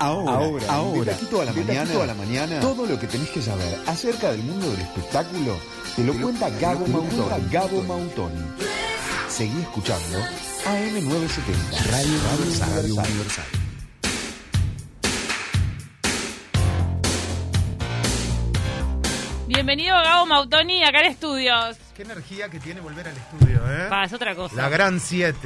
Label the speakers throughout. Speaker 1: Ahora, ahora,
Speaker 2: ahora,
Speaker 1: de taquito a la
Speaker 2: de
Speaker 1: mañana,
Speaker 2: taquito a la mañana,
Speaker 1: todo lo que tenés que saber acerca del mundo del espectáculo te lo,
Speaker 2: te lo-
Speaker 1: cuenta
Speaker 2: te lo
Speaker 1: Gabo
Speaker 2: cuenta
Speaker 1: Mautoni. Gabo
Speaker 2: Gabo
Speaker 1: Mautoni. Seguí escuchando AM970,
Speaker 2: Radio Universal.
Speaker 1: Radio Universal.
Speaker 3: Bienvenido Gabo Mautoni acá en estudios.
Speaker 4: Qué energía que tiene volver al estudio, ¿eh?
Speaker 3: Pa, es otra cosa.
Speaker 4: La gran 7.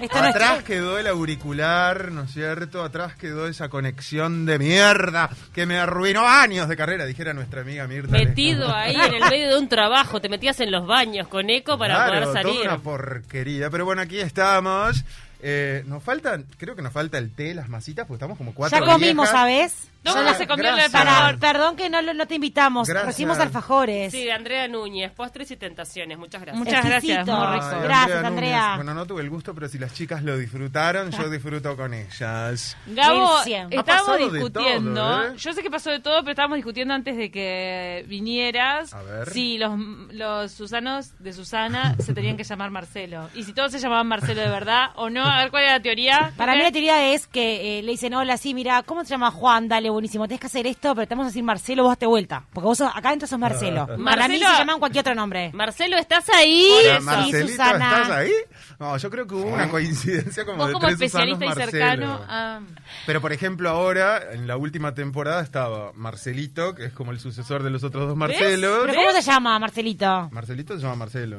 Speaker 3: Esta no es
Speaker 4: Atrás
Speaker 3: chica.
Speaker 4: quedó el auricular, ¿no es cierto? Atrás quedó esa conexión de mierda que me arruinó años de carrera, dijera nuestra amiga Mirta.
Speaker 3: metido
Speaker 4: Legrand.
Speaker 3: ahí en el medio de un trabajo, te metías en los baños con eco para
Speaker 4: Claro,
Speaker 3: poder salir.
Speaker 4: Toda una porquería. Pero bueno, aquí estamos. Eh, nos faltan, creo que nos falta el té, las masitas, porque estamos como cuatro
Speaker 5: Ya comimos,
Speaker 4: viejas.
Speaker 5: ¿sabes?
Speaker 3: No,
Speaker 4: Ah,
Speaker 3: no se comió el
Speaker 4: gracias.
Speaker 3: alfajor.
Speaker 5: Perdón que no, lo- no te invitamos.
Speaker 4: Gracias.
Speaker 5: Recibimos alfajores.
Speaker 3: Sí, de Andrea Núñez, postres y tentaciones. Muchas gracias.
Speaker 5: Muchas gracias,
Speaker 3: Muy
Speaker 5: muy
Speaker 4: Ay,
Speaker 5: rico.
Speaker 3: rico.
Speaker 5: Gracias,
Speaker 4: Núñez.
Speaker 5: Andrea.
Speaker 4: Bueno, no tuve el gusto, pero si las chicas lo disfrutaron,
Speaker 3: Ah.
Speaker 4: yo disfruto con ellas.
Speaker 3: Gabo,
Speaker 5: Delcia. Ha
Speaker 3: estábamos
Speaker 4: pasado de
Speaker 3: discutiendo.
Speaker 4: todo, ¿eh?
Speaker 3: Yo sé que pasó de todo, pero estábamos discutiendo antes de que vinieras.
Speaker 4: A ver.
Speaker 3: Si los, los Susanos de Susana se tenían que llamar Marcelo. Y si todos se llamaban Marcelo de verdad o no. A ver cuál era la teoría.
Speaker 5: Para mí la
Speaker 3: ¿Qué?
Speaker 5: teoría es que eh, le dicen, hola, sí, mira, ¿cómo te llamas Juan? Dale, buenísimo, tenés que hacer esto, pero te vamos a decir Marcelo, vos date vuelta. Porque vos sos- acá adentro sos Marcelo. Para mí se
Speaker 3: Ah. Marcelo-
Speaker 5: llaman cualquier otro nombre.
Speaker 3: Marcelo, ¿estás ahí?
Speaker 4: Hola,
Speaker 5: Sí,
Speaker 4: Marcelito,
Speaker 5: Susana.
Speaker 4: ¿estás ahí? No, yo creo que hubo una coincidencia como
Speaker 3: Ah. Vos
Speaker 4: de
Speaker 3: como
Speaker 4: tres Susanos
Speaker 3: especialista y
Speaker 4: Marcelo.
Speaker 3: cercano. ah.
Speaker 4: Pero por ejemplo ahora, en la última temporada estaba Marcelito, que es como el sucesor de los otros dos Marcelos.
Speaker 5: ¿Pero cómo se llama, Marcelito?
Speaker 4: Marcelito se llama Marcelo.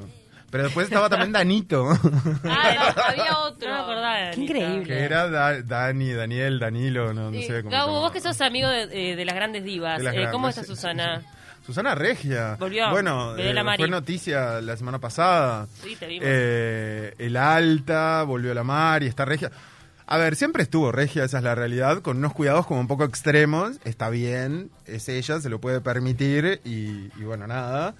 Speaker 4: Pero después estaba también Danito,
Speaker 3: Ah, no, había otro.
Speaker 5: No me acordaba de Qué Anita. increíble.
Speaker 4: que era Da- Dani, Daniel, Danilo, no, no
Speaker 3: Eh,
Speaker 4: sé cómo. se
Speaker 3: Gabo,
Speaker 4: llama.
Speaker 3: vos que sos amigo de, eh, de las grandes divas,
Speaker 4: De las
Speaker 3: eh, ¿cómo
Speaker 4: grandes,
Speaker 3: está
Speaker 4: sí,
Speaker 3: Susana?
Speaker 4: Susana Regia.
Speaker 3: Volvió,
Speaker 4: Bueno,
Speaker 3: Bebé la
Speaker 4: eh,
Speaker 3: Mari.
Speaker 4: fue noticia la semana pasada.
Speaker 3: Sí, te vimos.
Speaker 4: Eh, el Alta, volvió la Mari, está Regia. A ver, siempre estuvo Regia, esa es la realidad, con unos cuidados como un poco extremos. Está bien, es ella, se lo puede permitir y, y bueno, nada.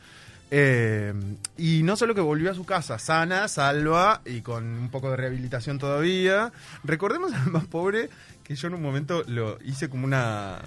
Speaker 4: Eh, y no solo que volvió a su casa sana, salva y con un poco de rehabilitación todavía. Recordemos al más pobre que yo en un momento lo hice como una,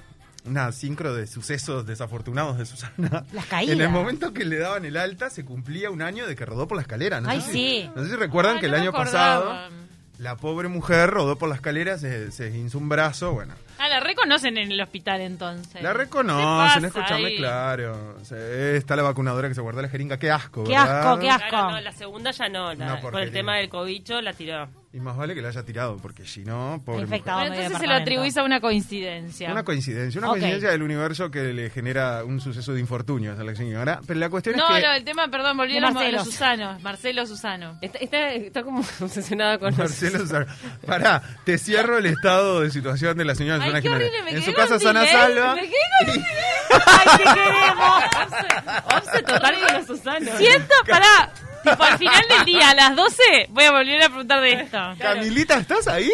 Speaker 4: una sincro de sucesos desafortunados de Susana.
Speaker 5: Las caídas.
Speaker 4: En el momento que le daban el alta se cumplía un año de que rodó por la escalera. No
Speaker 5: Ay,
Speaker 4: sé
Speaker 5: sí.
Speaker 4: Si, no sé si recuerdan
Speaker 3: Ah,
Speaker 4: que el
Speaker 3: no me
Speaker 4: año
Speaker 3: acordaba.
Speaker 4: pasado la pobre mujer rodó por la escalera, se, se hinzó un brazo, bueno.
Speaker 3: Ah, la reconocen en el hospital entonces.
Speaker 4: La
Speaker 3: ¿Qué
Speaker 4: reconocen,
Speaker 3: pasa
Speaker 4: escúchame,
Speaker 3: ahí?
Speaker 4: claro. Sí, está la vacunadora que se guardó la jeringa, qué asco,
Speaker 5: Qué
Speaker 4: ¿verdad?
Speaker 5: asco, qué asco.
Speaker 3: Claro, no, la segunda ya no, la-
Speaker 4: Una
Speaker 3: por el
Speaker 4: porquería.
Speaker 3: tema del cobicho la tiró.
Speaker 4: Y más vale que la haya tirado, porque si no, pobre
Speaker 5: Infectado.
Speaker 3: Bueno,
Speaker 5: medio
Speaker 3: entonces se lo
Speaker 5: departamento.
Speaker 3: atribuís a una coincidencia.
Speaker 4: mujer. Una coincidencia, una
Speaker 5: Ok.
Speaker 4: coincidencia del universo que le genera un suceso de infortunios a la señora. Pero la cuestión
Speaker 3: no,
Speaker 4: es que...
Speaker 3: no, el tema, perdón, volvió
Speaker 5: De
Speaker 3: a los- a
Speaker 5: Marcelo.
Speaker 3: los Susanos. Marcelo Susano.
Speaker 6: Está, está, está como obsesionada con los-
Speaker 4: Marcelo Sar- Pará, te cierro el estado de situación de la señora
Speaker 3: Ay,
Speaker 4: Susana
Speaker 3: qué
Speaker 4: Jiménez.
Speaker 3: horrible, me
Speaker 4: En
Speaker 3: quedé
Speaker 4: su casa
Speaker 3: con
Speaker 4: sana
Speaker 3: delay,
Speaker 4: salva.
Speaker 3: me quedé con
Speaker 5: ¡Ay, te queremos!
Speaker 3: Obse, obse total con los Susanos.
Speaker 6: Siento,
Speaker 3: Siento, pará. Tipo, al final del día, a las 12, voy a volver a preguntar de esto.
Speaker 4: Camilita, ¿estás ahí?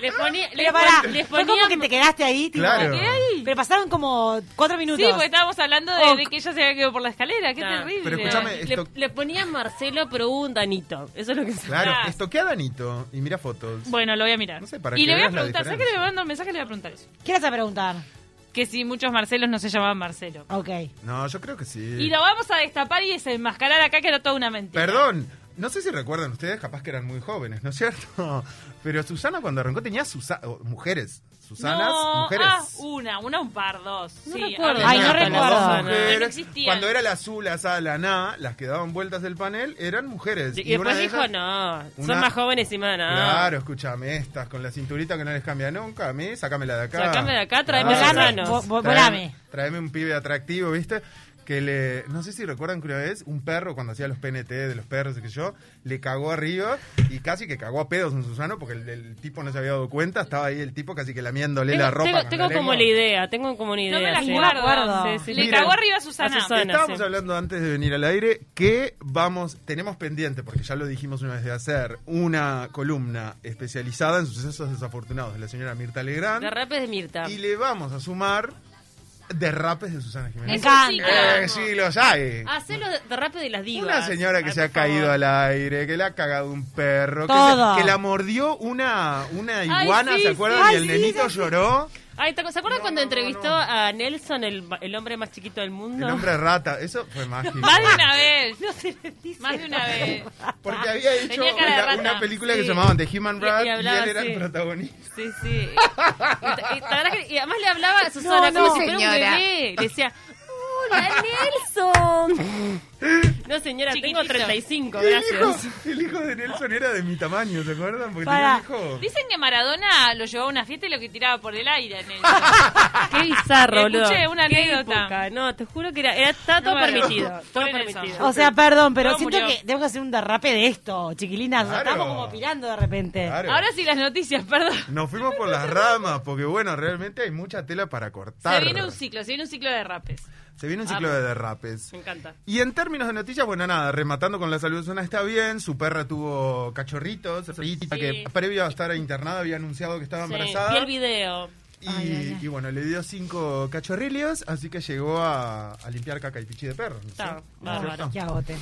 Speaker 3: les ponía, les
Speaker 5: Pero pará,
Speaker 3: pon- les
Speaker 5: fue como
Speaker 3: ponían-
Speaker 5: que te quedaste ahí, tipo.
Speaker 4: Claro.
Speaker 3: ¿Qué hay?
Speaker 5: Pero pasaron como cuatro minutos.
Speaker 3: Sí, pues, porque estábamos hablando de, de que ella se había quedado por la escalera. Qué
Speaker 6: Claro.
Speaker 3: terrible.
Speaker 4: Pero escúchame, esto-
Speaker 6: le, le ponían Marcelo, pero hubo un Danito. Eso es lo que se
Speaker 4: Claro,
Speaker 3: Ah.
Speaker 4: estoquea a Danito y mira fotos.
Speaker 3: Bueno, lo voy a mirar.
Speaker 4: No sé, para
Speaker 3: y
Speaker 4: que
Speaker 3: le voy a
Speaker 4: veas la
Speaker 3: preguntar, ¿sabes que le
Speaker 4: diferencia.
Speaker 3: mando un mensaje? Le voy a preguntar eso.
Speaker 5: ¿Qué le vas a preguntar?
Speaker 3: Que si muchos Marcelos no se llamaban Marcelo.
Speaker 5: Ok.
Speaker 4: No, yo creo que sí.
Speaker 3: Y lo vamos a destapar y desenmascarar acá que era toda una mentira.
Speaker 4: Perdón, no sé si recuerdan ustedes, capaz que eran muy jóvenes, ¿no es cierto? Pero Susana cuando arrancó tenía Susa- o, mujeres. Susanas,
Speaker 3: no,
Speaker 4: mujeres.
Speaker 3: Ah, una, una, un par, dos.
Speaker 6: No
Speaker 3: sí,
Speaker 6: recuerdo.
Speaker 3: ahora-
Speaker 5: Ay, no
Speaker 3: ahora-
Speaker 5: recuerdo.
Speaker 3: ahora-
Speaker 4: Mujeres.
Speaker 3: No existían.
Speaker 4: Cuando era la azul, la sala, la na, las que daban vueltas del panel eran mujeres.
Speaker 6: Y,
Speaker 4: una
Speaker 6: después
Speaker 4: de
Speaker 6: dijo,
Speaker 4: ellas-
Speaker 6: no,
Speaker 4: una-
Speaker 6: son más jóvenes y más nada.
Speaker 4: Claro, escúchame, estas con la cinturita que no les cambia nunca, a mí, sácamela de acá.
Speaker 6: Sacame de acá, tráeme
Speaker 4: Claro.
Speaker 5: Volame,
Speaker 6: Susanos.
Speaker 5: vo- vo-
Speaker 4: Traeme,
Speaker 5: volame.
Speaker 4: traeme un pibe atractivo, ¿viste? Que le. No sé si recuerdan que una vez un perro, cuando hacía los PNT de los perros, que yo, le cagó arriba y casi que cagó a pedos en Susano porque el, el tipo no se había dado cuenta. Estaba ahí el tipo casi que lamiéndole la ropa.
Speaker 6: tengo
Speaker 4: con
Speaker 6: tengo como
Speaker 4: lengua.
Speaker 6: la idea, tengo como una idea.
Speaker 3: No me la
Speaker 6: sí.
Speaker 3: acuerdo.
Speaker 5: acuerdo.
Speaker 6: Sí, sí.
Speaker 3: Le
Speaker 4: Mira.
Speaker 3: cagó arriba a Susana.
Speaker 6: A Susana. Bueno,
Speaker 4: Estábamos
Speaker 6: sí.
Speaker 4: hablando antes de venir al aire que vamos, tenemos pendiente, porque ya lo dijimos una vez de hacer, una columna especializada en sucesos desafortunados de la señora Mirta Legrand.
Speaker 6: Derrapes de Mirta.
Speaker 4: Y le vamos a sumar derrapes de Susana
Speaker 5: Me
Speaker 4: Jiménez.
Speaker 5: encanta.
Speaker 4: Eh, sí, los hay.
Speaker 6: Hacé los derrapes de las divas.
Speaker 4: Una señora que
Speaker 6: Ay,
Speaker 4: se ha
Speaker 6: por favor.
Speaker 4: caído al aire, que le ha cagado un perro, que,
Speaker 5: Todo.
Speaker 4: se- que la mordió una, una iguana,
Speaker 3: sí,
Speaker 4: ¿se acuerdan?
Speaker 3: sí.
Speaker 4: y el nenito lloró.
Speaker 6: Ay, ¿te acu- ¿Se acuerdan cuando entrevistó a Nelson, el, ma- el hombre más chiquito del
Speaker 4: El
Speaker 6: mundo?
Speaker 4: hombre rata, eso fue mágico.
Speaker 3: Más de una vez.
Speaker 5: No se les dice.
Speaker 3: Más de una vez.
Speaker 4: Porque había hecho
Speaker 3: Ah, Tenía cara de
Speaker 4: una,
Speaker 3: rata.
Speaker 4: una película que
Speaker 6: Sí.
Speaker 4: se llamaban The Human
Speaker 6: Y-
Speaker 4: Rat y,
Speaker 6: y hablaba
Speaker 4: él era el
Speaker 6: así.
Speaker 4: protagonista.
Speaker 6: Sí, sí. Y, y- y- la verdad que- y además le hablaba a Susana
Speaker 5: No, no,
Speaker 6: como si fuera un
Speaker 2: señora.
Speaker 6: bebé. Le decía, ¡Hola, Nelson! No, señora,
Speaker 3: Chiquitito.
Speaker 6: tengo 35,
Speaker 4: Y El hijo,
Speaker 6: gracias.
Speaker 4: el hijo de Nelson era de mi tamaño, ¿se acuerdan? Porque
Speaker 5: Para.
Speaker 4: tenía un hijo.
Speaker 3: Dicen que Maradona lo llevó a una fiesta y lo que tiraba por el aire en él.
Speaker 6: Qué bizarro,
Speaker 3: Escuché
Speaker 6: boludo.
Speaker 3: una
Speaker 6: Qué
Speaker 3: anécdota.
Speaker 6: época. No, te juro que era, era- estaba todo
Speaker 3: Bueno,
Speaker 6: permitido. Todo
Speaker 3: ponen eso.
Speaker 4: Oh.
Speaker 6: permitido.
Speaker 5: O sea, perdón, pero
Speaker 3: Todo
Speaker 5: siento
Speaker 3: murió.
Speaker 5: que tengo que hacer un derrape de esto, chiquilinas. O sea,
Speaker 4: Claro.
Speaker 5: Estamos como pirando de repente.
Speaker 4: Claro.
Speaker 3: Ahora sí las noticias, perdón.
Speaker 4: Nos fuimos por las ramas, porque bueno, realmente hay mucha tela para cortar.
Speaker 3: Se viene un ciclo, se viene un ciclo de rapes.
Speaker 4: Se viene un ciclo de derrapes.
Speaker 6: Me encanta.
Speaker 4: Y en términos de noticias, bueno, nada, rematando con la salud zona está bien, su perra tuvo cachorritos, Rita, que previo a estar internada había anunciado que estaba
Speaker 6: Sí,
Speaker 4: embarazada.
Speaker 6: Eh, Vi el video.
Speaker 4: Y, y bueno, le dio cinco cachorrillos, así que llegó a, a limpiar caca y pichi de perro. ¿no es
Speaker 6: Está,
Speaker 4: cierto?
Speaker 6: bárbaro.
Speaker 5: Qué agote.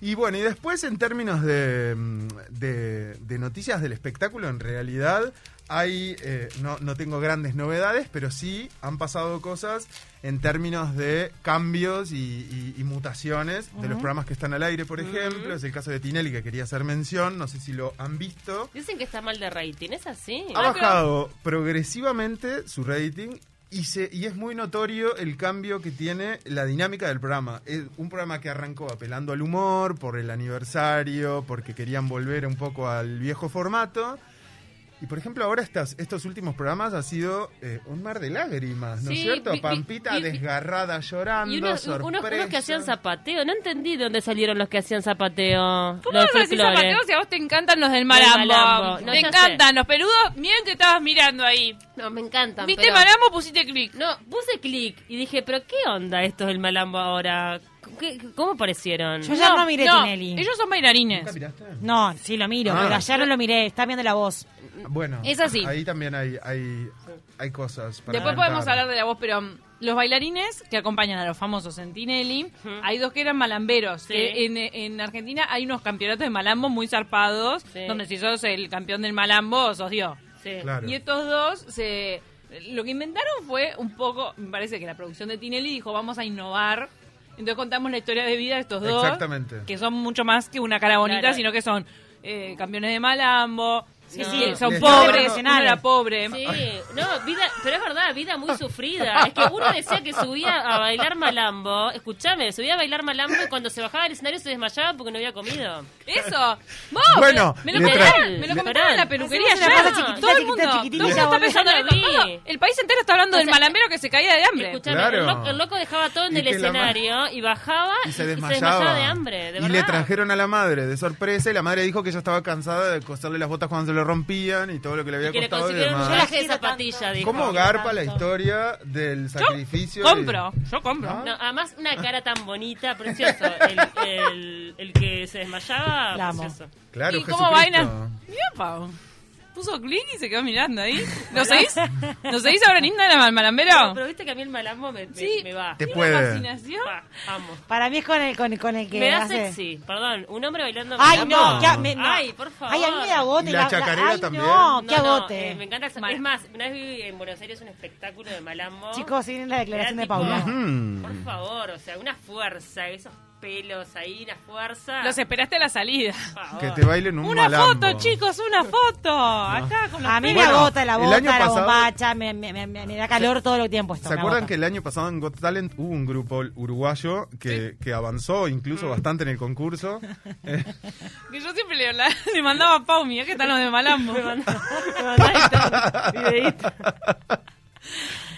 Speaker 4: Y bueno, y después en términos de, mm, de, de noticias del espectáculo, en realidad hay, eh, no, no tengo grandes novedades, pero sí han pasado cosas en términos de cambios y, y- y mutaciones de los programas que están al aire, por ejemplo. Es el caso de Tinelli que quería hacer mención, no sé si lo han visto.
Speaker 6: Dicen que está mal de rating, ¿es así?
Speaker 4: Ha bajado progresivamente su rating y, se, y es muy notorio el cambio que tiene la dinámica del programa. Es un programa que arrancó apelando al humor por el aniversario, porque querían volver un poco al viejo formato. Y por ejemplo, ahora estas, estos últimos programas ha sido eh, un mar de lágrimas, ¿no es
Speaker 6: Sí,
Speaker 4: cierto?
Speaker 6: vi- vi-
Speaker 4: Pampita
Speaker 6: vi- vi-
Speaker 4: desgarrada llorando,
Speaker 6: Y unos, unos- unos
Speaker 4: sorpresa.
Speaker 6: que hacían zapateo. No entendí de dónde salieron los que hacían zapateo.
Speaker 3: ¿Cómo
Speaker 6: los
Speaker 3: no decís
Speaker 6: folclore.
Speaker 3: zapateo si a vos te encantan los del
Speaker 6: malambo.
Speaker 3: malambo?
Speaker 6: No,
Speaker 3: te
Speaker 6: ya
Speaker 3: encantan los peludos. Miren que estabas mirando ahí.
Speaker 6: No, me encantan.
Speaker 3: Viste
Speaker 6: pero-
Speaker 3: malambo, pusiste clic.
Speaker 6: No, puse clic y dije, pero ¿qué onda esto del malambo ahora? ¿Qué- ¿Cómo aparecieron?
Speaker 5: Yo ya no miré Tinelli.
Speaker 3: Ellos son bailarines.
Speaker 4: ¿Nunca miraste?
Speaker 5: No, sí lo miro,
Speaker 4: Ah.
Speaker 5: pero ayer no lo miré, está viendo la voz.
Speaker 4: Bueno,
Speaker 3: Es así.
Speaker 4: ahí también hay, hay, hay cosas. Para
Speaker 3: Después
Speaker 4: contar.
Speaker 3: podemos hablar de la voz, pero um, los bailarines que acompañan a los famosos en Tinelli, hay dos que eran malamberos.
Speaker 6: Sí.
Speaker 3: que en, en Argentina hay unos campeonatos de malambo muy zarpados,
Speaker 6: Sí.
Speaker 3: donde si sos el campeón del malambo, sos Dios.
Speaker 6: Sí.
Speaker 4: Claro.
Speaker 3: Y estos dos se... Lo que inventaron fue un poco, me parece que la producción de Tinelli dijo, vamos a innovar. Entonces contamos la historia de vida de estos dos.
Speaker 4: Exactamente.
Speaker 3: Que son mucho más que una cara bonita,
Speaker 6: Claro.
Speaker 3: sino que son eh, campeones de malambo.
Speaker 6: Sí,
Speaker 3: no,
Speaker 6: sí.
Speaker 3: son
Speaker 4: Les-
Speaker 3: pobres,
Speaker 5: no, no,
Speaker 3: uno era pobre.
Speaker 6: Sí, no, vida, pero es verdad, vida muy sufrida. Es que uno decía que subía a bailar malambo, escúchame, subía a bailar malambo y cuando se bajaba del escenario se desmayaba porque no había comido.
Speaker 3: Eso. No,
Speaker 4: Bueno,
Speaker 3: me, me lo
Speaker 4: le tra-
Speaker 3: comentaron, me lo
Speaker 6: le-
Speaker 3: comentaron en la peluquería
Speaker 5: Hacemos una
Speaker 3: ayer.
Speaker 5: cosa chiquitita,
Speaker 3: todo el
Speaker 5: chiquitita,
Speaker 3: mundo,
Speaker 5: chiquitita,
Speaker 3: todo el mundo está
Speaker 6: boludo.
Speaker 3: pensando en
Speaker 6: Yo lo
Speaker 3: eso.
Speaker 6: vi.
Speaker 3: Todo- el país entero está hablando
Speaker 6: O
Speaker 3: del
Speaker 6: sea,
Speaker 3: malambero que se caía de hambre.
Speaker 6: Escuchame,
Speaker 4: Claro.
Speaker 6: el, loco, el loco dejaba todo en
Speaker 4: Y
Speaker 6: el
Speaker 4: que la ma-
Speaker 6: escenario y bajaba
Speaker 4: y se desmayaba.
Speaker 6: de hambre, de
Speaker 4: y
Speaker 6: verdad.
Speaker 4: le trajeron a la madre de sorpresa y la madre dijo que ella estaba cansada de costarle las botas cuando se le rompían y todo lo que le había
Speaker 6: Y que le
Speaker 4: costado. y
Speaker 6: consiguieron un
Speaker 4: demás.
Speaker 6: traje de
Speaker 5: Quiero tanto.
Speaker 6: zapatilla, dijo.
Speaker 4: ¿Cómo garpa la historia del sacrificio? y-
Speaker 3: compro, yo compro.
Speaker 4: ¿No?
Speaker 6: No, además una cara tan bonita, precioso. El, el, el que se desmayaba,
Speaker 5: La amo.
Speaker 6: precioso.
Speaker 4: Claro,
Speaker 3: ¿Y cómo
Speaker 4: Jesucristo.
Speaker 3: bailan? Mira, Pau. Puso clic y se quedó mirando ahí. ¿Lo seguís? ¿Lo seguís ahora en Instagram al malambero?
Speaker 6: Pero viste que a mí el malambo me, me-
Speaker 3: Sí.
Speaker 6: me va.
Speaker 4: Te
Speaker 3: Tiene
Speaker 4: puede.
Speaker 3: una fascinación.
Speaker 6: Va, amo.
Speaker 5: Para mí es con el, con el, con el que
Speaker 6: Me da
Speaker 5: hace-
Speaker 6: sexy, perdón. Un hombre bailando
Speaker 5: Ay,
Speaker 6: malambo.
Speaker 5: no, ya, me, no.
Speaker 6: Ay, por favor.
Speaker 5: Ay, a mí me da agote.
Speaker 4: Y la chacarera
Speaker 5: ay,
Speaker 4: también.
Speaker 5: No, qué
Speaker 6: No, no,
Speaker 5: agote.
Speaker 6: eh, me encanta. el- Es más, una vez vi en Buenos Aires un espectáculo de malambo.
Speaker 5: Chicos, viene la
Speaker 6: Era
Speaker 5: declaración de
Speaker 6: tipo,
Speaker 5: Paula.
Speaker 6: Por favor, o sea, una fuerza, esos pelos ahí, una fuerza.
Speaker 3: Los esperaste a la salida.
Speaker 6: Por favor.
Speaker 4: Que te bailen un
Speaker 3: Una
Speaker 4: malambo.
Speaker 3: foto, chicos, una foto. Acá con los
Speaker 6: Ah.
Speaker 5: A mí
Speaker 3: pelos.
Speaker 5: me
Speaker 4: Bueno,
Speaker 5: agota la
Speaker 4: el
Speaker 5: bota,
Speaker 4: año
Speaker 5: la
Speaker 4: pasado-
Speaker 5: bombacha, me, me, me, me- me da calor todo el tiempo esto.
Speaker 4: ¿Se
Speaker 5: me
Speaker 4: acuerdan
Speaker 5: agota.
Speaker 4: que el año pasado en Got Talent hubo un grupo uruguayo que, que avanzó incluso bastante en el concurso?
Speaker 3: Que yo siempre le, hablaba- le mandaba a Pau, mira que están los de Malambo.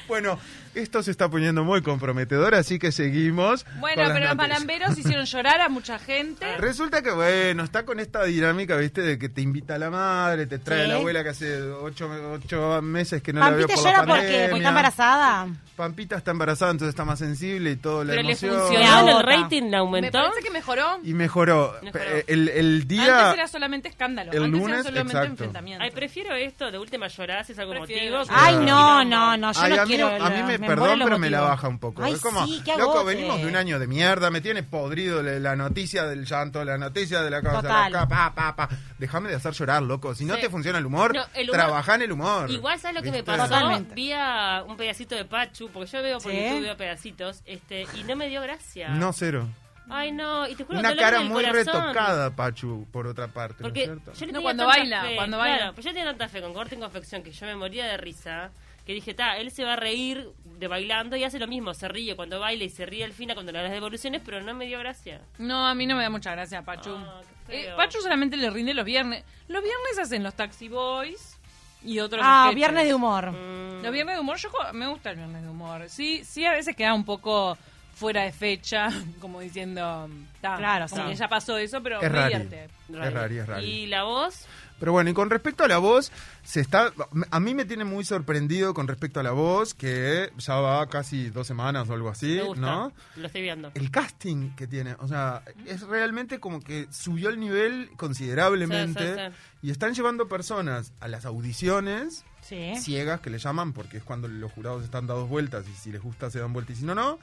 Speaker 4: bueno, esto se está poniendo muy comprometedor, así que seguimos.
Speaker 3: Bueno,
Speaker 4: con las
Speaker 3: pero los
Speaker 4: noticias.
Speaker 3: malamberos hicieron llorar a mucha gente.
Speaker 5: Ah.
Speaker 4: Resulta que, bueno, está con esta dinámica, viste, de que te invita la madre, te trae
Speaker 5: Sí.
Speaker 4: la abuela que hace ocho, ocho meses que no la
Speaker 5: Pampita
Speaker 4: veo por
Speaker 5: llora
Speaker 4: la pandemia.
Speaker 5: porque, porque está embarazada.
Speaker 4: Pampita está embarazada, entonces está más sensible y todo la
Speaker 6: Pero le
Speaker 4: emoción.
Speaker 5: Me
Speaker 6: funcionó, el
Speaker 5: agota.
Speaker 6: rating le
Speaker 3: Me
Speaker 6: aumentó.
Speaker 3: parece que mejoró.
Speaker 4: Y mejoró.
Speaker 6: Mejoró.
Speaker 4: El, el día...
Speaker 3: Antes era solamente escándalo.
Speaker 4: el
Speaker 3: Antes
Speaker 4: lunes,
Speaker 3: era solamente
Speaker 4: exacto.
Speaker 3: enfrentamiento.
Speaker 6: Ay, prefiero esto, de última llorás, es algo
Speaker 3: Prefiero.
Speaker 6: motivo.
Speaker 5: Ay, no, no, no, yo
Speaker 4: Ah, Ay,
Speaker 5: no
Speaker 4: a mí,
Speaker 5: quiero.
Speaker 4: a mí me,
Speaker 5: me
Speaker 4: perdón,
Speaker 5: embole lo
Speaker 4: pero me la
Speaker 5: emotivo.
Speaker 4: baja un poco.
Speaker 5: Ay,
Speaker 4: es como,
Speaker 5: sí, qué
Speaker 4: loco,
Speaker 5: agote.
Speaker 4: venimos de un año de mierda, me tiene podrido la, la noticia del llanto, la noticia de la cosa,
Speaker 5: Total.
Speaker 4: la capa, pa, pa. Déjame de hacer llorar, loco. Si no
Speaker 6: Sí.
Speaker 4: te funciona el humor,
Speaker 6: No, el humor-
Speaker 4: trabajá en el humor.
Speaker 6: Igual, ¿sabes lo que me
Speaker 4: ¿Viste?
Speaker 6: pasó?
Speaker 5: Totalmente.
Speaker 6: Vi a un pedacito de Pachu, porque yo veo por
Speaker 5: Sí.
Speaker 6: YouTube veo pedacitos, este, y no me dio gracia.
Speaker 4: No, cero.
Speaker 6: Ay, no, y te juro
Speaker 4: Una
Speaker 6: dolor
Speaker 4: cara
Speaker 6: en el
Speaker 4: muy
Speaker 6: corazón.
Speaker 4: retocada, Pachu, por otra parte. ¿no es
Speaker 6: Porque
Speaker 4: cierto?
Speaker 6: yo le
Speaker 3: No,
Speaker 6: tenía
Speaker 3: cuando
Speaker 6: tanta
Speaker 3: baila,
Speaker 6: fe,
Speaker 3: cuando
Speaker 6: claro,
Speaker 3: baila.
Speaker 6: pero yo tenía tanta fe con corte y confección que yo me moría de risa, que dije, ta, él se va a reír de bailando y hace lo mismo, se ríe cuando baila y se ríe al final cuando le da las devoluciones, pero no me dio gracia.
Speaker 3: No, a mí no me da mucha gracia, Pachu.
Speaker 6: Ah, qué
Speaker 3: Eh,
Speaker 6: feo.
Speaker 3: Pachu solamente le rinde los viernes. Los viernes hacen los Taxi Boys y otros.
Speaker 5: Ah,
Speaker 3: sketches.
Speaker 5: viernes de humor.
Speaker 6: Mm.
Speaker 3: Los viernes de humor, yo jo- me gusta el viernes de humor. Sí, sí, a veces queda un poco fuera de fecha, como diciendo, ta,
Speaker 5: Claro,
Speaker 3: como
Speaker 5: sí.
Speaker 3: que ya pasó eso, pero
Speaker 4: Es
Speaker 3: me
Speaker 4: raro.
Speaker 3: divierte.
Speaker 4: Es raro, es raro.
Speaker 6: Y la voz,
Speaker 4: Pero bueno, y con respecto a la voz, se está a mí me tiene muy sorprendido con respecto a la voz, que ya va casi dos semanas o algo así,
Speaker 6: me gusta.
Speaker 4: ¿no?
Speaker 6: Lo estoy viendo.
Speaker 4: El casting que tiene, o sea, es realmente como que subió el nivel considerablemente
Speaker 6: Sí, sí,
Speaker 4: y están llevando personas a las audiciones
Speaker 5: Sí.
Speaker 6: ¿Eh?
Speaker 4: ciegas que le llaman, porque es cuando los jurados están dados vueltas y si les gusta se dan vuelta y si no, no.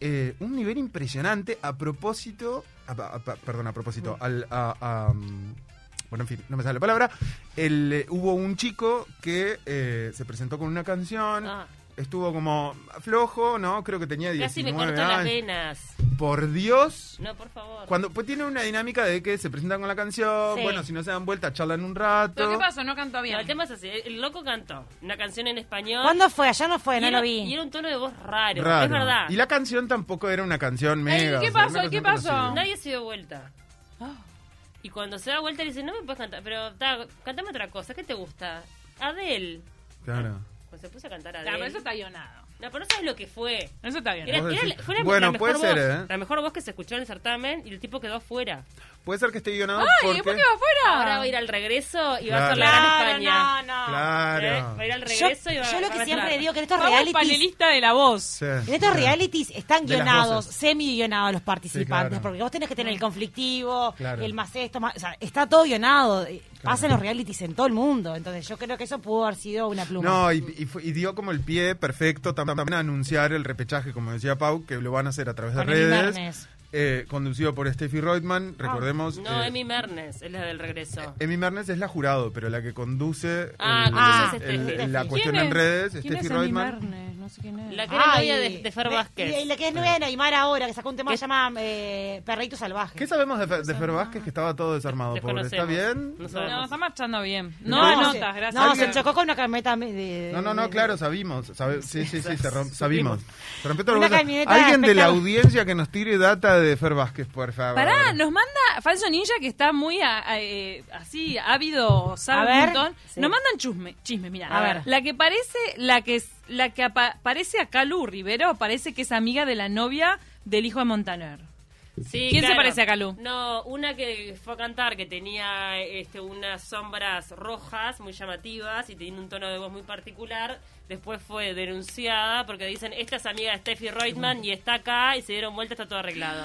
Speaker 4: Eh, un nivel impresionante a propósito, a pa- a pa- perdón, a propósito,
Speaker 6: Mm.
Speaker 4: al, a- a, mm, bueno, en fin, no me sale la palabra. El, eh, hubo un chico que eh, se presentó con una canción,
Speaker 6: Ah,
Speaker 4: estuvo como flojo, ¿no? Creo que tenía 19
Speaker 6: casi me corto las
Speaker 4: años.
Speaker 6: venas.
Speaker 4: Por Dios,
Speaker 6: No, por favor.
Speaker 4: cuando pues tiene una dinámica de que se presentan con la canción,
Speaker 5: Sí.
Speaker 4: bueno, si no se dan vuelta, charlan un rato.
Speaker 3: Pero ¿qué pasó? No cantó
Speaker 6: No,
Speaker 3: bien.
Speaker 6: el tema es así, el el loco cantó una canción en español.
Speaker 5: ¿Cuándo fue? Allá no fue,
Speaker 6: y
Speaker 5: no
Speaker 6: era,
Speaker 5: lo
Speaker 6: y
Speaker 5: vi.
Speaker 6: era un tono de voz raro,
Speaker 4: Raro.
Speaker 6: es verdad.
Speaker 4: Y la canción tampoco era una canción
Speaker 3: Ey,
Speaker 4: mega.
Speaker 3: ¿qué
Speaker 4: o sea,
Speaker 3: pasó?
Speaker 4: una
Speaker 3: ¿Qué
Speaker 4: canción
Speaker 3: pasó?
Speaker 4: conocida.
Speaker 6: Nadie se dio vuelta.
Speaker 3: Ah.
Speaker 6: Y cuando se da vuelta le dice, no me puedes cantar, pero ta, cantame otra cosa, ¿qué te gusta? Adele.
Speaker 4: Claro.
Speaker 6: Cuando se puso a cantar
Speaker 3: Ah, pero
Speaker 6: Adele.
Speaker 3: eso está guionado.
Speaker 6: No, pero no sabes lo que fue.
Speaker 3: Eso está
Speaker 6: Era,
Speaker 3: bien.
Speaker 4: Vos
Speaker 6: era
Speaker 4: decís-
Speaker 6: la- fue la,
Speaker 4: Bueno,
Speaker 6: la mejor
Speaker 4: puede ser,
Speaker 6: voz,
Speaker 4: ¿eh?
Speaker 6: la mejor voz que se escuchó en el certamen y el tipo quedó afuera.
Speaker 4: Puede ser que esté guionado
Speaker 3: ¡Ay!
Speaker 4: porque.
Speaker 3: ¿Por qué va afuera?
Speaker 6: Ahora va a ir al regreso y va
Speaker 4: Claro.
Speaker 6: a ser la gran
Speaker 5: Claro,
Speaker 6: España.
Speaker 5: Ah. no, no.
Speaker 4: Claro.
Speaker 6: ¿Eh? Va a ir al
Speaker 5: Yo,
Speaker 6: regreso y va
Speaker 5: yo lo
Speaker 6: va
Speaker 5: que
Speaker 6: a
Speaker 5: siempre
Speaker 6: ganar.
Speaker 5: digo que en estos
Speaker 3: Vamos,
Speaker 5: realities,
Speaker 3: panelista de la voz.
Speaker 4: Sí.
Speaker 5: en estos realities están
Speaker 4: De las
Speaker 5: guionados,
Speaker 4: voces.
Speaker 5: semi-guionados los participantes,
Speaker 4: claro.
Speaker 5: porque vos tenés que tener el conflictivo,
Speaker 4: Claro.
Speaker 5: el más esto, más, o sea, está todo guionado, eh, pasa en los realities en todo el mundo, entonces yo creo que eso pudo haber sido una pluma.
Speaker 4: No, y, y fue- y dio como el pie perfecto tam- también a anunciar el repechaje, como decía Pau, que lo van a hacer a través de
Speaker 5: Con Emi
Speaker 4: redes.
Speaker 5: Mernes.
Speaker 4: eh, conducido por Steffi Reutemann, recordemos.
Speaker 6: No,
Speaker 4: eh,
Speaker 6: Emi Mernes es la del regreso.
Speaker 4: Emi Mernes es la jurado, pero la que conduce
Speaker 6: Ah,
Speaker 4: el-
Speaker 6: ah,
Speaker 4: el-
Speaker 6: entonces es
Speaker 4: el- la
Speaker 6: Steffi.
Speaker 4: cuestión en redes,
Speaker 3: ¿Quién
Speaker 4: Steffi
Speaker 3: es Emi
Speaker 4: Reutemann.
Speaker 3: Mernes? No sé quién es.
Speaker 6: La que era
Speaker 5: Ay,
Speaker 6: novia de, de Fer
Speaker 5: ve-
Speaker 6: Vázquez.
Speaker 5: Y, y la que es novia de Neymar ahora, que sacó un tema que se llama eh, Perrito Salvaje.
Speaker 4: ¿Qué sabemos de, Fe- de Fer Vázquez que estaba todo desarmado? Pobre? ¿Está
Speaker 6: Desconocemos.
Speaker 4: bien?
Speaker 6: No
Speaker 3: No,
Speaker 6: sabemos.
Speaker 3: está marchando bien. No,
Speaker 4: Entonces-
Speaker 3: notas,
Speaker 5: se-
Speaker 3: gracias.
Speaker 5: No,
Speaker 4: Hay
Speaker 5: se
Speaker 4: que-
Speaker 5: chocó con una camioneta de- de-
Speaker 4: No, no,
Speaker 5: de-
Speaker 4: no, claro, sabimos. sabe- sí, sí, sí, se rom- sabimos. Se rompió todo el
Speaker 5: Una
Speaker 4: bolso.
Speaker 5: camioneta
Speaker 4: Alguien de la
Speaker 5: espectacular.
Speaker 4: audiencia que nos tire data de Fer Vázquez, por favor.
Speaker 3: Pará, nos manda Falso Ninja que está muy a- a- eh, así, ávido, sabe
Speaker 5: A
Speaker 3: un
Speaker 5: ver.
Speaker 3: montón.
Speaker 5: Sí.
Speaker 3: Nos mandan chisme, chisme, mira.
Speaker 5: A ver.
Speaker 3: La que parece, la que es- la que apa- parece a Calú Rivero, parece que es amiga de la novia del hijo de Montaner.
Speaker 6: Sí,
Speaker 3: ¿Quién se parece a Calú?
Speaker 6: No, una que fue a cantar que tenía este, unas sombras rojas muy llamativas y tenía un tono de voz muy particular. Después fue denunciada porque dicen, esta es amiga de Steffi Reutemann y está acá y se dieron vuelta, está todo arreglado.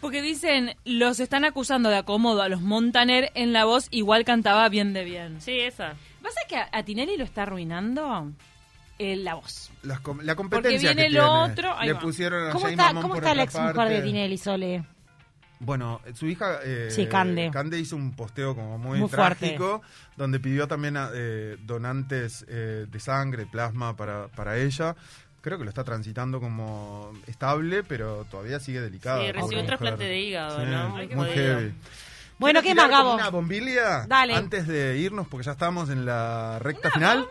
Speaker 3: Porque dicen, los están acusando de acomodo a los Montaner en la voz, igual cantaba bien de bien.
Speaker 6: Sí, esa.
Speaker 3: ¿Pasa que a, a Tinelli lo está arruinando eh, la voz?
Speaker 4: Las com- la competencia
Speaker 3: Porque viene
Speaker 4: que
Speaker 3: el
Speaker 4: tiene.
Speaker 3: otro, ahí
Speaker 4: Le
Speaker 3: va.
Speaker 4: pusieron a
Speaker 5: ¿Cómo
Speaker 4: Jay
Speaker 5: está,
Speaker 4: Mamón
Speaker 5: cómo
Speaker 4: por
Speaker 5: está la ex
Speaker 4: otra
Speaker 5: mujer de
Speaker 4: parte.
Speaker 5: Tinelli, Sole?
Speaker 4: Bueno, su hija eh,
Speaker 5: Sí, Cande.
Speaker 4: hizo un posteo como muy,
Speaker 5: Muy fuerte.
Speaker 4: trágico donde pidió también a, eh, donantes eh, de sangre, plasma para, para ella. Creo que lo está transitando como estable, pero todavía sigue delicada.
Speaker 6: Sí, recibió
Speaker 4: pobre
Speaker 6: un trasplante
Speaker 4: mujer.
Speaker 6: de hígado,
Speaker 4: Sí,
Speaker 6: ¿no? Muy
Speaker 4: muy
Speaker 6: jodido.
Speaker 4: heavy.
Speaker 5: Bueno, ¿qué
Speaker 4: ¿Quieres
Speaker 5: más,
Speaker 4: tirar como
Speaker 5: Gabo?
Speaker 4: ¿Una bombilla?
Speaker 5: Dale.
Speaker 4: Antes de irnos, porque ya estamos en la recta final.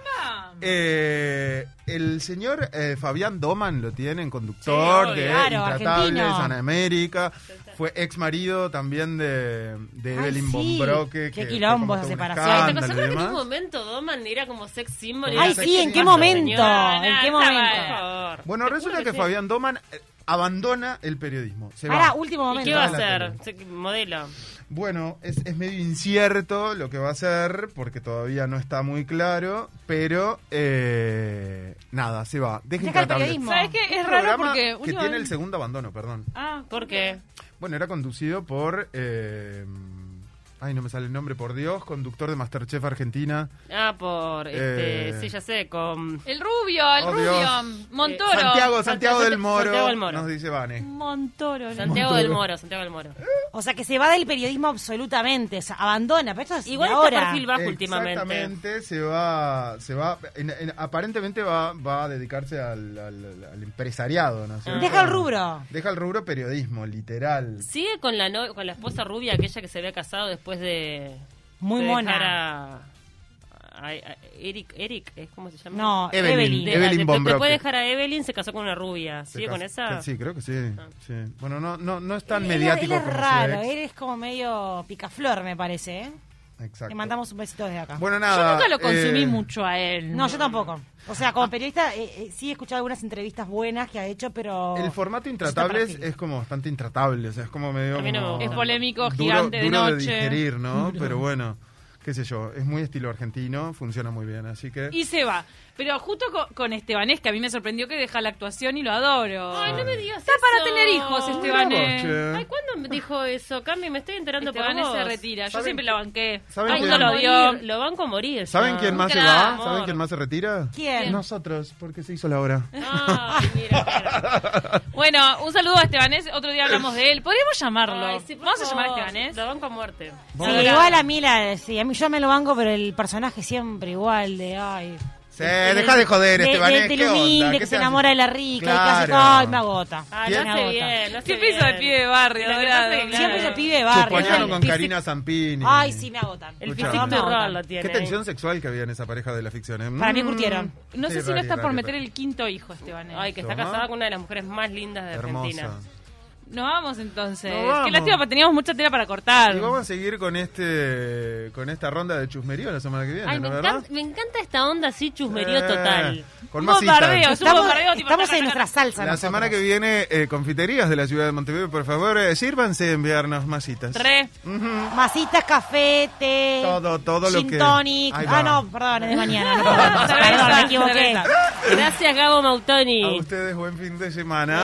Speaker 4: Eh, el señor eh, Fabián Doman lo tiene en conductor
Speaker 6: Sí, obvio,
Speaker 4: de
Speaker 5: claro,
Speaker 4: Intratables,
Speaker 5: argentino.
Speaker 4: Ana América. Fue ex marido también de, de
Speaker 5: Ay,
Speaker 4: Evelyn
Speaker 5: Ah, sí.
Speaker 4: Bombroque.
Speaker 5: Qué
Speaker 4: que fue como
Speaker 5: quilombo esa
Speaker 4: todo un
Speaker 5: separación.
Speaker 6: ¿Te
Speaker 4: escándalo
Speaker 6: acuerdas
Speaker 4: y
Speaker 6: que en un
Speaker 4: demás.
Speaker 6: momento Doman era como sex symbol?
Speaker 5: Ay,
Speaker 6: Era
Speaker 5: sí,
Speaker 6: sex
Speaker 5: ¿en qué
Speaker 6: symbol,
Speaker 5: momento?
Speaker 6: señora,
Speaker 5: ¿En qué
Speaker 6: esa
Speaker 5: momento?
Speaker 6: va, por favor.
Speaker 4: Bueno,
Speaker 6: Te juro
Speaker 4: resulta que
Speaker 6: sí.
Speaker 4: Fabián Doman eh, abandona el periodismo. Se
Speaker 5: Pará,
Speaker 4: va.
Speaker 5: último
Speaker 6: ¿Y
Speaker 5: momento.
Speaker 6: qué va a
Speaker 4: Dale,
Speaker 6: hacer?
Speaker 4: Antonio.
Speaker 6: Se- Modelo.
Speaker 4: Bueno, es, es medio incierto lo que va a hacer, porque todavía no está muy claro, pero eh, nada, se va. Deja
Speaker 5: Deja el
Speaker 4: Intratables.
Speaker 5: periodismo.
Speaker 3: ¿Sabes qué? Es raro
Speaker 4: programa
Speaker 3: porque
Speaker 4: que
Speaker 3: últimamente-
Speaker 4: tiene el segundo abandono, perdón.
Speaker 3: Ah,
Speaker 6: ¿Por qué?
Speaker 4: Bueno, era conducido por eh, Ay, no me sale el nombre, por Dios, conductor de Masterchef Argentina.
Speaker 6: Ah, por. Este,
Speaker 4: Eh.
Speaker 6: Sí, ya sé, con.
Speaker 3: El rubio, el
Speaker 4: Oh,
Speaker 3: rubio.
Speaker 4: Dios. Eh,
Speaker 3: Montoro.
Speaker 4: Santiago, Santiago,
Speaker 6: Santiago
Speaker 4: del Moro.
Speaker 6: Santiago del Moro.
Speaker 4: Nos dice Vane.
Speaker 3: Montoro. ¿no?
Speaker 6: Santiago del Moro, Santiago del Moro.
Speaker 5: O sea, que se va del periodismo absolutamente, o sea, abandona. Pero esto es
Speaker 6: Igual
Speaker 5: de
Speaker 6: está
Speaker 5: ahora.
Speaker 6: perfil bajo últimamente.
Speaker 4: Exactamente, se va, se va, en- en- aparentemente va, va a dedicarse al, al- al empresariado, ¿no? es cierto?
Speaker 5: Deja el rubro.
Speaker 4: Deja el rubro periodismo, literal.
Speaker 6: Sigue con la no- con la esposa rubia, aquella que se había casado después de.
Speaker 5: Muy
Speaker 6: de
Speaker 5: mona.
Speaker 6: dejar A, a- a- Eric, Eric, ¿es cómo se llama?
Speaker 5: No,
Speaker 4: Evelyn.
Speaker 5: Evelyn.
Speaker 6: De-
Speaker 4: Evelyn
Speaker 6: de-
Speaker 4: von
Speaker 6: después
Speaker 4: Brocke.
Speaker 6: de dejar a Evelyn, se casó con una rubia.
Speaker 4: Se
Speaker 6: ¿Sigue
Speaker 4: casa-
Speaker 6: con esa?
Speaker 4: Sí, creo que sí. sí. Bueno, no, no, no es tan
Speaker 5: Él-
Speaker 4: mediático
Speaker 5: él es
Speaker 4: como su
Speaker 5: raro,
Speaker 4: ex.
Speaker 5: él es como medio picaflor, me parece. ¿eh?
Speaker 4: Exacto.
Speaker 5: Le mandamos un besito desde acá.
Speaker 4: Bueno,
Speaker 3: Yo
Speaker 4: nada.
Speaker 3: nunca lo consumí
Speaker 4: eh,
Speaker 3: mucho a él.
Speaker 5: no, yo tampoco. O sea, como periodista eh, eh, sí he escuchado algunas entrevistas buenas que ha hecho, pero...
Speaker 4: El formato Intratables
Speaker 5: perfil.
Speaker 4: es como bastante intratable, o sea, es como medio...
Speaker 6: A mí no me
Speaker 4: como
Speaker 6: gusta.
Speaker 3: Es polémico,
Speaker 4: duro-
Speaker 3: gigante de
Speaker 4: duro
Speaker 3: noche.
Speaker 4: digerir, ¿no? Pero bueno, qué sé yo, es muy estilo argentino, funciona muy bien, así que...
Speaker 3: Y se va. Pero justo co- con, Estebanés, que a mí me sorprendió que deja la actuación y lo adoro.
Speaker 6: Ay, no me digas
Speaker 3: Está para
Speaker 6: eso.
Speaker 3: tener hijos, este
Speaker 6: Mirá
Speaker 4: vos, che.
Speaker 3: Estebanés.
Speaker 6: Ay, ¿cuándo me dijo eso? Cami, me estoy enterando
Speaker 3: Estebanés
Speaker 6: por vos.
Speaker 3: se retira. Yo
Speaker 4: ¿Saben-
Speaker 3: siempre la banqué.
Speaker 4: ¿saben
Speaker 3: Ay,
Speaker 4: quién-
Speaker 3: no lo dio.
Speaker 6: Lo banco a morir.
Speaker 4: ¿Saben
Speaker 6: ya.
Speaker 4: quién más se
Speaker 3: Nunca,
Speaker 4: va?
Speaker 6: amor.
Speaker 4: ¿Saben quién más se retira?
Speaker 5: ¿Quién?
Speaker 4: Nosotros, porque se hizo la hora.
Speaker 6: Ay, mira, mira.
Speaker 3: Bueno, un saludo a Estebanés. Otro día hablamos de él. Podríamos llamarlo.
Speaker 6: Ay, sí, por
Speaker 3: Vamos a llamar a este
Speaker 6: favor.
Speaker 3: Estebanés.
Speaker 6: Lo banco a muerte.
Speaker 5: Sí, igual a mí, la, sí, a mí yo me lo banco, pero el personaje siempre igual de, ay...
Speaker 4: Se deja Eh, de joder,
Speaker 5: de-
Speaker 4: Estebanés,
Speaker 5: de- del
Speaker 4: ¿qué onda?
Speaker 5: humilde,
Speaker 4: ¿Qué
Speaker 5: que
Speaker 4: te
Speaker 5: se
Speaker 4: hace?
Speaker 5: enamora de la rica y que hace,
Speaker 4: Claro.
Speaker 5: ay, me agota.
Speaker 6: Ah,
Speaker 4: ¿Quién?
Speaker 6: no
Speaker 5: Me
Speaker 6: hace
Speaker 5: agota.
Speaker 6: bien, no hace
Speaker 3: ¿Qué piso de
Speaker 6: bien.
Speaker 3: pie de barrio,
Speaker 6: Lo que
Speaker 3: dorado?
Speaker 6: pasa es que,
Speaker 5: Siempre
Speaker 6: claro,
Speaker 5: se pibe de barrio.
Speaker 4: Chuponearon
Speaker 5: ¿no?
Speaker 4: con
Speaker 5: Físico-
Speaker 4: Karina Zampini.
Speaker 5: Ay, sí, me agotan.
Speaker 6: El
Speaker 4: Escuchame.
Speaker 6: físico
Speaker 4: No,
Speaker 5: no,
Speaker 6: terror
Speaker 5: no.
Speaker 6: lo tiene.
Speaker 4: Qué tensión sexual que había en esa pareja de la ficción. ¿eh?
Speaker 5: Para mí
Speaker 4: Mm.
Speaker 5: curtieron.
Speaker 3: No
Speaker 4: Sí,
Speaker 3: sé si no
Speaker 4: rari,
Speaker 3: está por
Speaker 4: rari,
Speaker 3: meter
Speaker 4: rari.
Speaker 3: el quinto hijo, Estebanés.
Speaker 6: Ay, que está
Speaker 4: Tomá.
Speaker 6: casada con una de las mujeres más lindas de
Speaker 4: Hermosa.
Speaker 6: Argentina.
Speaker 3: Nos vamos entonces.
Speaker 4: Nos vamos.
Speaker 3: Qué lástima, porque teníamos mucha tela para cortar.
Speaker 4: Y vamos a seguir con este con esta ronda de chusmerío la semana que viene,
Speaker 6: Ay, me
Speaker 4: ¿no verdad?
Speaker 6: encanta, me encanta esta onda así chusmerío
Speaker 4: Eh,
Speaker 6: total.
Speaker 4: Con
Speaker 3: Un
Speaker 4: más citas.
Speaker 3: bombardeo, es un
Speaker 5: Estamos,
Speaker 3: bombardeo tipo,
Speaker 5: estamos
Speaker 3: taca,
Speaker 5: en
Speaker 3: taca,
Speaker 5: nuestra salsa.
Speaker 4: La
Speaker 5: nosotros.
Speaker 4: semana que viene, eh, confiterías de la ciudad de Montevideo, por favor, eh, sírvanse de enviarnos masitas.
Speaker 3: Re.
Speaker 5: Masitas, café, té,
Speaker 4: Todo, todo lo
Speaker 5: gin
Speaker 4: que-
Speaker 5: tonic.
Speaker 4: Ahí va.
Speaker 5: Ah, no, perdón, es de mañana. No,
Speaker 3: Cerveza,
Speaker 5: perdón, me equivoqué.
Speaker 3: cerveza.
Speaker 6: Gracias, Gabo Mautoni.
Speaker 4: A ustedes, buen fin de semana.